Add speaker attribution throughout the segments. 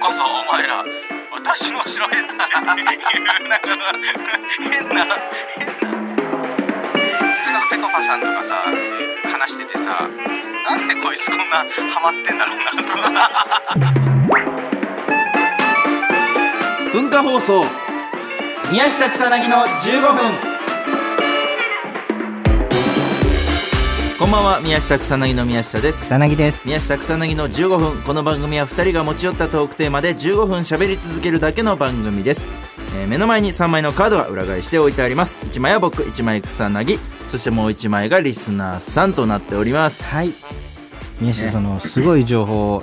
Speaker 1: こそお前ら私の城へっていうなんか変な変なそれこそぺこぱさんとかさ話しててさなんでこいつこんなハマってんだろうなとか
Speaker 2: 文化放送宮下草薙の15分
Speaker 3: こんばんは、宮下草薙の宮下です。
Speaker 2: 草薙です
Speaker 3: 宮下草薙の15分。この番組は2人が持ち寄ったトークテーマで15分喋り続けるだけの番組です。えー目の前に3枚のカードが裏返して置いてあります。1枚は僕、1枚草薙、そしてもう1枚がリスナーさんとなっております。
Speaker 2: はい宮下そのすごい情報を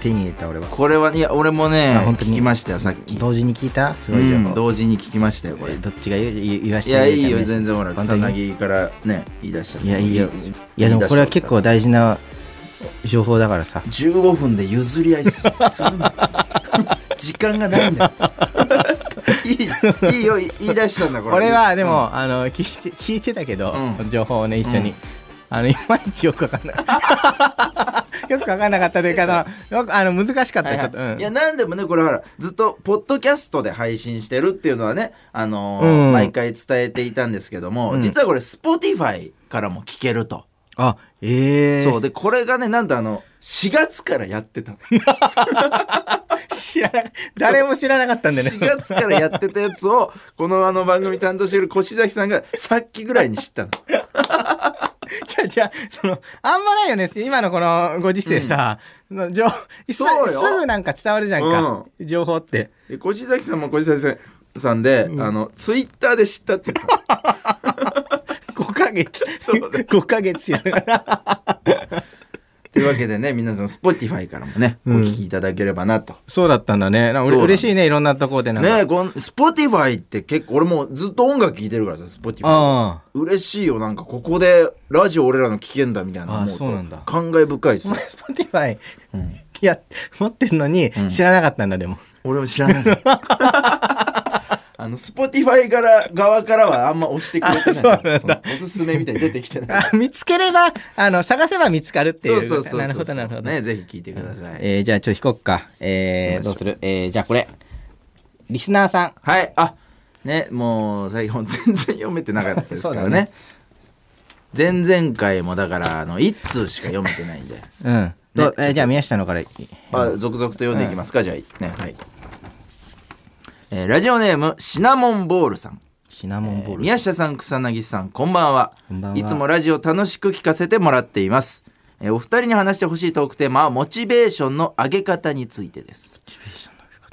Speaker 2: 手に入れた俺は
Speaker 3: これは、いや、俺もね
Speaker 2: あ、本当に
Speaker 3: 聞きましたよ、さっき。
Speaker 2: 同時に聞いたす
Speaker 3: う
Speaker 2: ごい情
Speaker 3: ん、
Speaker 2: 報
Speaker 3: 同時に聞きましたよ、これ。
Speaker 2: どっちが言う言言わし
Speaker 3: い
Speaker 2: て
Speaker 3: や、
Speaker 2: くれ
Speaker 3: い
Speaker 2: た
Speaker 3: いよ、
Speaker 2: 宮下
Speaker 3: 全然ほら、
Speaker 2: 本
Speaker 3: 草
Speaker 2: 当に
Speaker 3: 薙からね、言い出した。
Speaker 2: いやいいよいやでもこれは結構大事な情報だからさ
Speaker 3: 15分で譲り合い すするの時間がないんだよいいいいよい言い出したんだこれ
Speaker 2: 俺はでも、あの聞いて聞いてたけど、
Speaker 3: う
Speaker 2: 情報をね一緒に、
Speaker 3: うん
Speaker 2: あのいまいちよくわかんない よくわかんなかったというかそのよくあの難しかった、
Speaker 3: はいはい
Speaker 2: ちょっと、うん
Speaker 3: いや何でもねこれほらずっとポッドキャストで配信してるっていうのはね、あのー
Speaker 2: うん
Speaker 3: 毎回伝えていたんですけども、
Speaker 2: うん
Speaker 3: 実はこれ Spotify からも聞けると、
Speaker 2: あええ
Speaker 3: そうでこれがねなんとあの4月からやってたの
Speaker 2: 知らな誰も知らなかったんでね
Speaker 3: 4月からやってたやつをこのあの番組担当してる越崎さんがさっきぐらいに知ったの
Speaker 2: じゃあじゃあそのあんまないよね今のこのご時世さ、の情す
Speaker 3: そうよ
Speaker 2: すぐなんか伝わるじゃんか、情報って
Speaker 3: で越崎さんも越崎さんで、あのツイッターで知ったってさ
Speaker 2: 5ヶ月
Speaker 3: そう だ
Speaker 2: 5ヶ月知らなかった
Speaker 3: というわけでね皆さん Spotify からもね、
Speaker 2: うん
Speaker 3: お聞きいただければなと。
Speaker 2: そうだったんだねなんか
Speaker 3: そうなんです
Speaker 2: 嬉しいねいろんなところでなんか
Speaker 3: ねえこの Spotify って結構俺もうずっと音楽聴いてるからさ Spotify
Speaker 2: ああ
Speaker 3: 嬉しいよなんかここでラジオ俺らの聴けんだみたいな
Speaker 2: あ
Speaker 3: 思うと
Speaker 2: そうなんだ
Speaker 3: 感慨深いです
Speaker 2: お
Speaker 3: よ
Speaker 2: 前 Spotify
Speaker 3: うん
Speaker 2: いや持ってんのに知らなかったんだでも、
Speaker 3: 俺も知らない あの Spotify から側からはあんま押してくれてない
Speaker 2: あそうなんだ
Speaker 3: そのおすすめみたいに出てきてない
Speaker 2: あ見つければあの探せば見つかるって
Speaker 3: そ
Speaker 2: いう
Speaker 3: うそうそうそう
Speaker 2: なるほどなるほど、
Speaker 3: ねぜひ聞いてください、
Speaker 2: えーじゃあちょっと引こっかえーどうするえーじゃあこれリスナーさん
Speaker 3: はい、あね、もう最後全然読めてなかったですから
Speaker 2: そ
Speaker 3: ね。
Speaker 2: うだね
Speaker 3: 前々回もだから、あの、一通しか読めてないん で。
Speaker 2: うんどうえーじゃあ宮下のからい
Speaker 3: あ、続々と読んでいきますか、じゃあ、ね、はい。えーラジオネーム、シナモンボールさん。
Speaker 2: シナモンボール、
Speaker 3: 宮下さん草薙さんこんばんは
Speaker 2: こんばんはい
Speaker 3: つもラジオ楽しく聞かせてもらっていますえーお二人に話してほしいトークテーマはモチベーションの上げ方についてです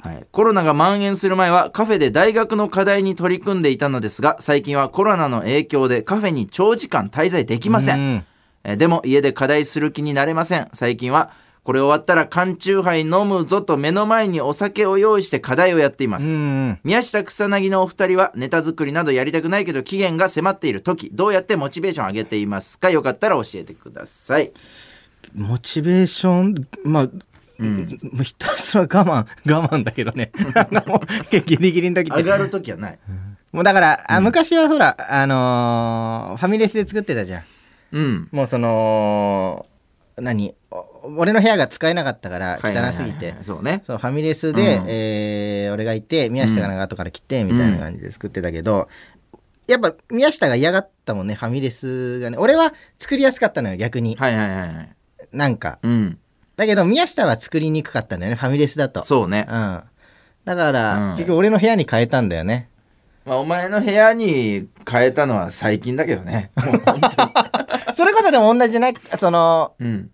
Speaker 3: はい、コロナが蔓延する前はカフェで大学の課題に取り組んでいたのですが最近はコロナの影響でカフェに長時間滞在できませ
Speaker 2: うんん
Speaker 3: えーでも家で課題する気になれません最近はこれ終わったら缶チューハイ飲むぞと目の前にお酒を用意して課題をやっています、
Speaker 2: うん
Speaker 3: 宮下草薙のお二人はネタ作りなどやりたくないけど期限が迫っている時どうやってモチベーションを上げていますかよかったら教えてください
Speaker 2: モチベーションまあ、もうひたすら我慢我慢だけどねあのギリギリの時って
Speaker 3: 上がる時はない
Speaker 2: もうだから、あ昔はほらあのーファミレスで作ってたじゃん
Speaker 3: うん
Speaker 2: もうその何お俺の部屋が使えなかったから汚すぎ
Speaker 3: はいはいはい
Speaker 2: て
Speaker 3: はいそうね
Speaker 2: そうファミレスで、
Speaker 3: うん
Speaker 2: えー俺がいて宮下が後から来てみたいな感じで作ってたけど、やっぱ宮下が嫌がったもんねファミレスがね俺は作りやすかったのよ逆に
Speaker 3: はいはいはいはい
Speaker 2: なんか
Speaker 3: うん
Speaker 2: だけど宮下は作りにくかったんだよねファミレスだとう、
Speaker 3: そうね
Speaker 2: ん、、だから、
Speaker 3: うん
Speaker 2: 結局俺の部屋に変えたんだよね
Speaker 3: まあ、お前の部屋に変えたのは最近だけどねもう本当に
Speaker 2: それこそでも同じじゃないその
Speaker 3: うん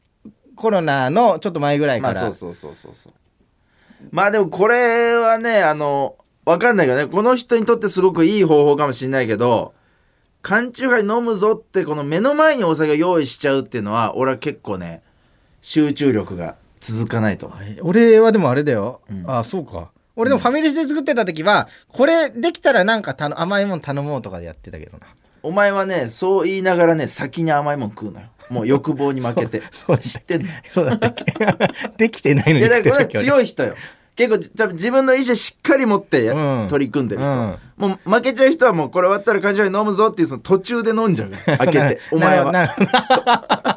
Speaker 2: コロナのちょっと前ぐらい
Speaker 3: ま
Speaker 2: か
Speaker 3: あそ
Speaker 2: ら、
Speaker 3: うそうそうそうそうまあでもこれはねあのわかんないけどねこの人にとってすごくいい方法かもしれないけど缶チューハイ飲むぞってこの目の前にお酒を用意しちゃうっていうのは俺は結構ね集中力が続かないと思う
Speaker 2: 俺はでもあれだよ、あそうか俺でもファミレスで作ってた時は、これできたらなんかたの甘いもん頼もうとかでやってたけどな
Speaker 3: お前はねそう言いながらね先に甘いもん食うのよもう欲望に負けて
Speaker 2: そうそう
Speaker 3: 知ってんのよ
Speaker 2: そうだったっけ できてないの
Speaker 3: いやだからこれは
Speaker 2: 強い
Speaker 3: 強い人よ結構多分自分の意思しっかり持ってや、
Speaker 2: うん
Speaker 3: 取り組んでる人、
Speaker 2: うん
Speaker 3: もう負けちゃう人はもうこ れ終わったらカジュアルに飲むぞっていうその途中で飲んじゃうから開けてお前は
Speaker 2: なるほどな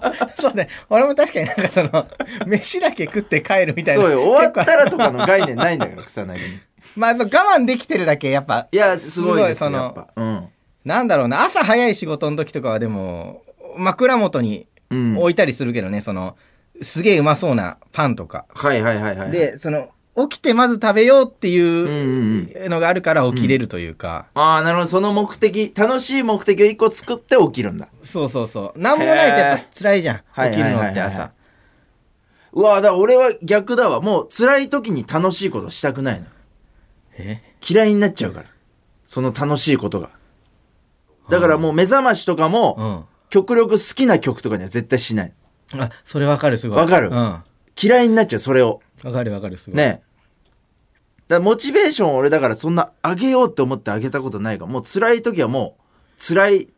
Speaker 2: るほど そうね俺も確かになんかその飯だけ食って帰るみたいな
Speaker 3: そうよ終わっ
Speaker 2: 結構
Speaker 3: たらとかの概念ないんだから草薙 に
Speaker 2: まあそう我慢できてるだけやっぱ
Speaker 3: いやすごいです
Speaker 2: す
Speaker 3: よ
Speaker 2: ごいその
Speaker 3: やっぱうん
Speaker 2: なんだろうな朝早い仕事の時とかはでも枕元に
Speaker 3: うん
Speaker 2: 置いたりするけどね、そのすげえうまそうなパンとか、
Speaker 3: はいはいはいはい
Speaker 2: でその起きてまず食べようって
Speaker 3: うん
Speaker 2: いう
Speaker 3: うんうん
Speaker 2: のがあるから起きれるというか、
Speaker 3: ああなるほどその目的楽しい目的を一個作って起きるんだ
Speaker 2: そうそうそうなんもないとやっぱ辛いじゃ
Speaker 3: へー
Speaker 2: ん起きるの
Speaker 3: はいはい
Speaker 2: って
Speaker 3: はいは
Speaker 2: 朝
Speaker 3: うわーだから俺は逆だわもう辛い時に楽しいことしたくないの
Speaker 2: え
Speaker 3: 嫌いになっちゃうからその楽しいことがだからもう目覚ましとかも、
Speaker 2: うん
Speaker 3: 極力好きな曲とかには絶対しない
Speaker 2: あそれわかるすごい
Speaker 3: わかる
Speaker 2: うんわ
Speaker 3: 嫌いになっちゃうそれを
Speaker 2: かるわかるすごい
Speaker 3: ねだからモチベーションを俺だからそんな上げようって思って上げたことないからもう辛い時はもう辛い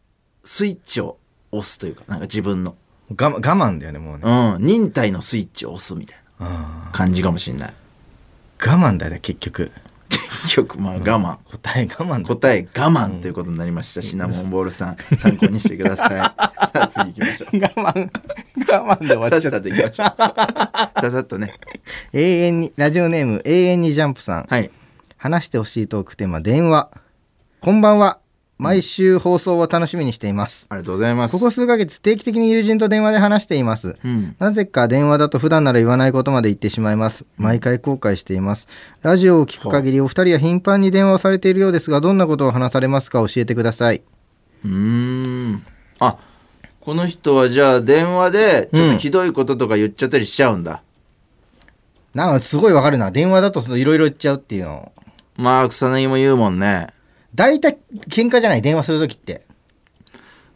Speaker 3: スイッチを押すというかなんか自分の
Speaker 2: 我慢我慢だよねもうね、
Speaker 3: うん忍耐のスイッチを押すみたい
Speaker 2: うん、我
Speaker 3: な感じかもしん ない
Speaker 2: 慢だよね結局
Speaker 3: 結局まあ我慢
Speaker 2: 答え我慢だ
Speaker 3: 答え我慢ということになりましたシナモンボールさん参考にしてくだ さいさあ次行きましょう
Speaker 2: 我慢我慢で終わっ
Speaker 3: さっ
Speaker 2: ち
Speaker 3: さ
Speaker 2: ゃった
Speaker 3: と行きましょうささっとね
Speaker 2: 永遠にラジオネーム永遠にジャンプさん
Speaker 3: はい
Speaker 2: 話してほしいトークテーマ電話こんばんは毎週放送を楽しみにしています
Speaker 3: ありがとうございます
Speaker 2: ここ数ヶ月定期的に友人と電話で話しています
Speaker 3: うん
Speaker 2: なぜか電話だと普段なら言わないことまで言ってしまいます毎回後悔していますラジオを聞く限りお二人は頻繁に電話をされているようですがどんなことを話されますか教えてくださいう
Speaker 3: ーんあこの人はじゃあ電話でちょっとひどいこととか言っちゃったりしちゃうんだ、
Speaker 2: なんかすごいわかるな電話だといろいろ言っちゃうっていうの
Speaker 3: まあ草薙も言うもんね
Speaker 2: 大体喧嘩じゃない電話する時って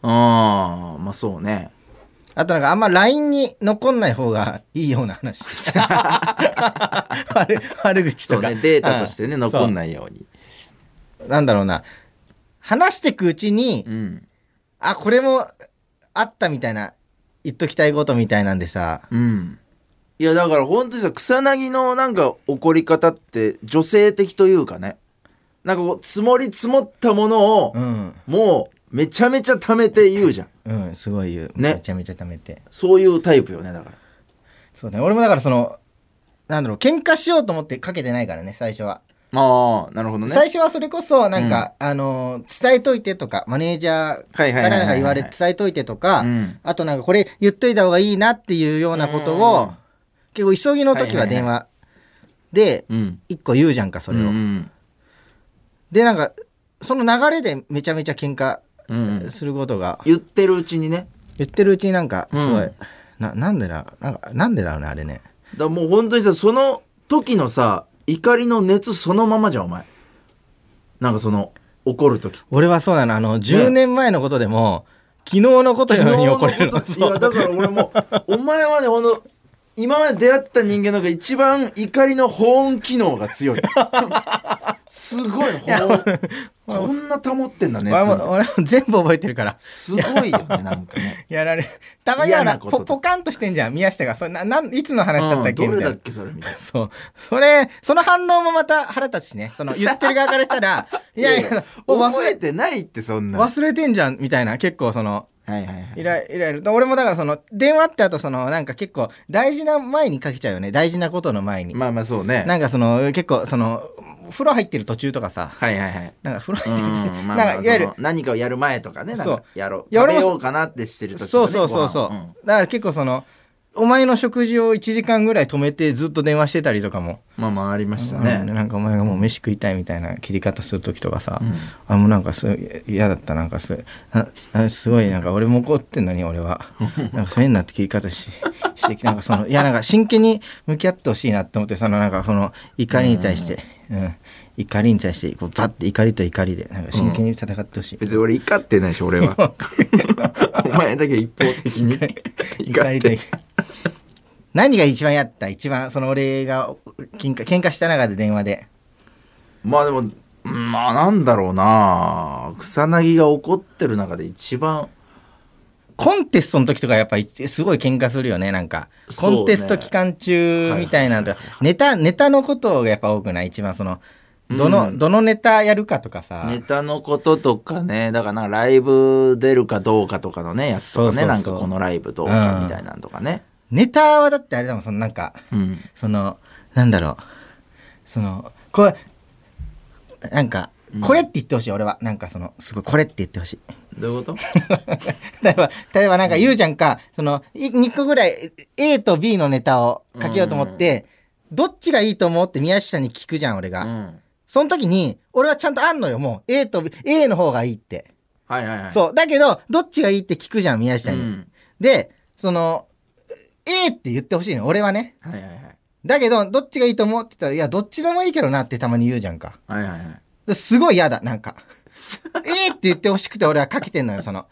Speaker 3: ああまあそうね
Speaker 2: あとなんかあんま LINE に残んない方がいいよう な話。悪悪口
Speaker 3: そ
Speaker 2: と
Speaker 3: う
Speaker 2: か。
Speaker 3: ねデータとしてね
Speaker 2: うん
Speaker 3: 残んないように
Speaker 2: そうなんだろうな。話してくうちに、
Speaker 3: うん
Speaker 2: あ、これもあったみたいな、言っときたいことみたいなんでさ。
Speaker 3: うんいやだから本当にさ草薙のなんか怒り方って女性的というかねなんかこう積もり積もったものを
Speaker 2: うん。
Speaker 3: もうめちゃめちゃ貯めて言うじゃん
Speaker 2: うん、すごい言う。
Speaker 3: ね
Speaker 2: めちゃめちゃ貯めて。
Speaker 3: そういうタイプよねだから
Speaker 2: そうだね。俺もだからその、なんだろう、喧嘩しようと思ってかけてないからね、最初は。
Speaker 3: ああなるほどね
Speaker 2: 最初はそれこそ、なんか、あのー、伝えといてとか、マネージャー
Speaker 3: はいはい
Speaker 2: か
Speaker 3: はいは
Speaker 2: ら
Speaker 3: いは
Speaker 2: ないんか言われて伝えといてとか、
Speaker 3: うん
Speaker 2: あとなんかこれ言っといた方がいいなっていうようなことを、結構急ぎの時は電話で
Speaker 3: うん
Speaker 2: 一個言うじゃんかそれを。
Speaker 3: うん
Speaker 2: でなんかその流れでめちゃめちゃ喧嘩
Speaker 3: うん
Speaker 2: することが、
Speaker 3: 言ってるうちにね
Speaker 2: 言ってるうちになんかすごい、
Speaker 3: うん
Speaker 2: ななんでななんかなんでだろうねあれね。
Speaker 3: だからもう本当にさその時のさ怒りの熱そのままじゃんお前なんかその怒る時
Speaker 2: 俺はそうなのあの10年前のことでも、昨日のことのように怒れるの。
Speaker 3: 昨日のこといやだから俺 もお前はねほんと今まで出会った人間の中で一番怒りの保温機能が強いすごいね保温こんな保ってんだね
Speaker 2: 俺も俺も全部覚えてるから。
Speaker 3: すごいよねなんかね
Speaker 2: やられたまには
Speaker 3: 嫌な
Speaker 2: な
Speaker 3: こと
Speaker 2: ポポカンとしてんじゃん宮下がそれななんいつの話だったっけ
Speaker 3: うんどれ
Speaker 2: み
Speaker 3: だ
Speaker 2: たい
Speaker 3: っ
Speaker 2: な。
Speaker 3: けそれみたいな
Speaker 2: そう。それ、その反応もまた腹立つしね。その言ってる側からし たら、いやいや、お忘
Speaker 3: 覚え
Speaker 2: れ、
Speaker 3: てないってそんな
Speaker 2: 忘れてんじゃん、みたいな、結構その、
Speaker 3: はいはいはい
Speaker 2: イライライラ。俺もだからその、電話ってあとその、なんか結構、大事な前にかけちゃうよね。大事なことの前に。
Speaker 3: まあまあそうね
Speaker 2: なんかその、結構その、風呂入ってる途中とかさ、
Speaker 3: はいはい はい
Speaker 2: なんか風呂
Speaker 3: う
Speaker 2: 入
Speaker 3: ん
Speaker 2: ってる途中、
Speaker 3: まあ
Speaker 2: なん
Speaker 3: まあ
Speaker 2: か、いわゆる
Speaker 3: その、何かをやる前とかねなん
Speaker 2: そ
Speaker 3: か
Speaker 2: う
Speaker 3: やろう
Speaker 2: いや
Speaker 3: 食
Speaker 2: 俺
Speaker 3: べ
Speaker 2: も
Speaker 3: ようかなってしてる時とかね
Speaker 2: そうそうそうそう、
Speaker 3: ご飯を
Speaker 2: だから結構その、お前の食事を1時間ぐらい止めてずっと電話してたりとかも、
Speaker 3: うんまあまあありました
Speaker 2: あの
Speaker 3: ね
Speaker 2: なんかお前がもう飯食いたいみたいな切り方する時とかさ、
Speaker 3: ん
Speaker 2: あもうなんかすごい嫌だったなんかすごいななすごいなんか俺も怒ってんのに俺はなんかそういうなって切り方ししてきなんかそのいやなんか真剣に向き合ってほしいなって思ってそのなんかその怒りに対して、うん怒りに対してこうバッて怒りと怒りでなんか真剣に戦ってほしい、
Speaker 3: 別に俺怒ってないでしょ俺 はお前だけ一方的に
Speaker 2: 怒
Speaker 3: 怒
Speaker 2: り
Speaker 3: っ
Speaker 2: と怒
Speaker 3: て
Speaker 2: り何が一番やった一番その俺が喧嘩喧嘩した中で電話で
Speaker 3: まあでもうんまあなんだろうな草薙が怒ってる中で一番
Speaker 2: コンテストの時とかやっぱ一すごい喧嘩するよねなんか
Speaker 3: そう
Speaker 2: コ
Speaker 3: ね
Speaker 2: ンテスト期間中みたいなのとかネタネタのことがやっぱ多くない一番そのどの、どのネタやるかとかさ、
Speaker 3: ネタのこととかねだからなんかライブ出るかどうかとかのねやつとかね
Speaker 2: そうそうそう
Speaker 3: なんかこのライブどうかみたいなのとかね、
Speaker 2: ネタはだってあれだもんそのなんか
Speaker 3: うん、
Speaker 2: そのなんだろうそのこれなんか
Speaker 3: うん
Speaker 2: これって言ってほしい、俺はなんかそのすごいこれって言ってほしい
Speaker 3: どういうこと
Speaker 2: 例えば例えばなんかゆうちゃんかそのい2個ぐらい A と B のネタをかけようと思って、どっちがいいと思うって宮下に聞くじゃん俺が、
Speaker 3: うん
Speaker 2: その時に俺はちゃんとあんのよもう A と B A の方がいいって、
Speaker 3: はいはいはい
Speaker 2: そうだけどどっちがいいって聞くじゃん宮下に、
Speaker 3: うん
Speaker 2: でその A って言ってほしいの俺はね
Speaker 3: はいはいはい
Speaker 2: だけど、どっちがいいと思うって言ったら、いや、どっちでもいいけどなってたまに言うじゃんか。
Speaker 3: はいはいはい
Speaker 2: ですごい嫌だ、なん か。えーって言ってほしくて俺はかけてんのよ、その。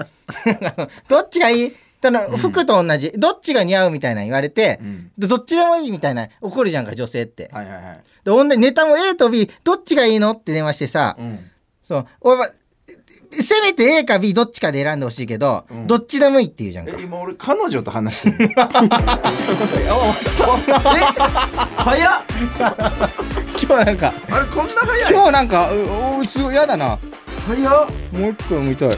Speaker 2: どっちがいいただ服と同じ。どっちが似合うみたいなの言われて
Speaker 3: う、ん
Speaker 2: でどっちでもいいみたいな怒るじゃんか、女性って。
Speaker 3: はいはいはい
Speaker 2: で、ほんでネタも A と B、どっちがいいのって電話してさ、
Speaker 3: うん
Speaker 2: そう、俺は、せめて A か B どっちかで選んでほしいけど、
Speaker 3: うん
Speaker 2: どっちでもいいって言うじゃんか
Speaker 3: え。今俺彼女と話して る早っ
Speaker 2: 今日なんか、
Speaker 3: あれこんな早い
Speaker 2: 今日なんか、うおすごい嫌だな。
Speaker 3: 早っ
Speaker 2: もう一個見たい。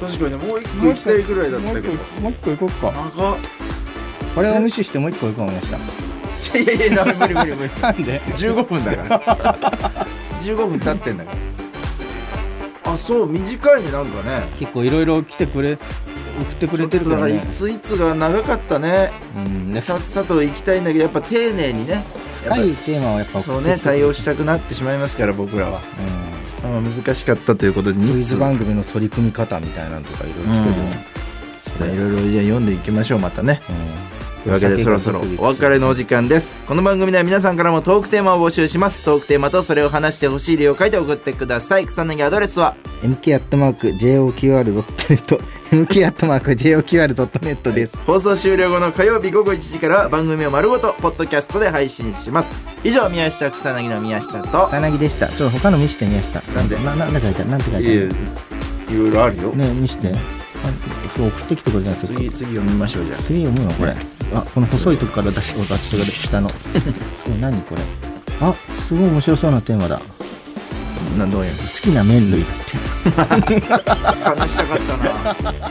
Speaker 3: 確かにもう一個行きたいぐらいだったけど
Speaker 2: もう一個行こうか
Speaker 3: 長っ
Speaker 2: これを無視してもう一個行こう思いま した
Speaker 3: いやいやいやダメ無理無理無理
Speaker 2: なんで
Speaker 3: 15分だから 15分経ってんだからあそう短いねなんかね
Speaker 2: 結構いろいろ来てくれ送ってくれてるから
Speaker 3: ちょっ
Speaker 2: ね
Speaker 3: とだいついつが長かったね
Speaker 2: うんね
Speaker 3: さっさと行きたいんだけどやっぱ丁寧にねやっぱ
Speaker 2: 深いテーマをやっ ぱ
Speaker 3: そ
Speaker 2: 送
Speaker 3: う
Speaker 2: って
Speaker 3: ね
Speaker 2: きて
Speaker 3: 対応したくなってしまいますから僕らは
Speaker 2: う
Speaker 3: まあ難しかったということで
Speaker 2: んクイ
Speaker 3: 2
Speaker 2: ズ
Speaker 3: 通
Speaker 2: 番組の取り組み方みたいなのとかいろいろ来てるよね
Speaker 3: まあいろいろじゃあ読んでいきましょうまたね
Speaker 2: うん
Speaker 3: というわけでそろそろお別れのお時間ですこの番組では皆さんからもトークテーマを募集しますトークテーマとそれを話してほしい理由を書いて送ってください草薙アドレスは
Speaker 2: MK アットマーク JOQR.net MK アットマーク JOQR.net です
Speaker 3: 放送終了後の火曜日午後1時からは番組を丸ごとポッドキャストで配信します以上宮下草薙の宮下と
Speaker 2: さなぎでしたちょっと他の見してみました
Speaker 3: なんで
Speaker 2: ななんて書いてあるなんて書いてある
Speaker 3: ろいろあるよ
Speaker 2: ね見してあそう送ってきてくれたんですよ
Speaker 3: 次次読みましょうじゃあ
Speaker 2: 次読むのこれあこの細いとこから出し出しが下のこれ何これあすごい面白そうなテーマだ好
Speaker 3: などうや
Speaker 2: きな麺類だって
Speaker 3: 話したかったな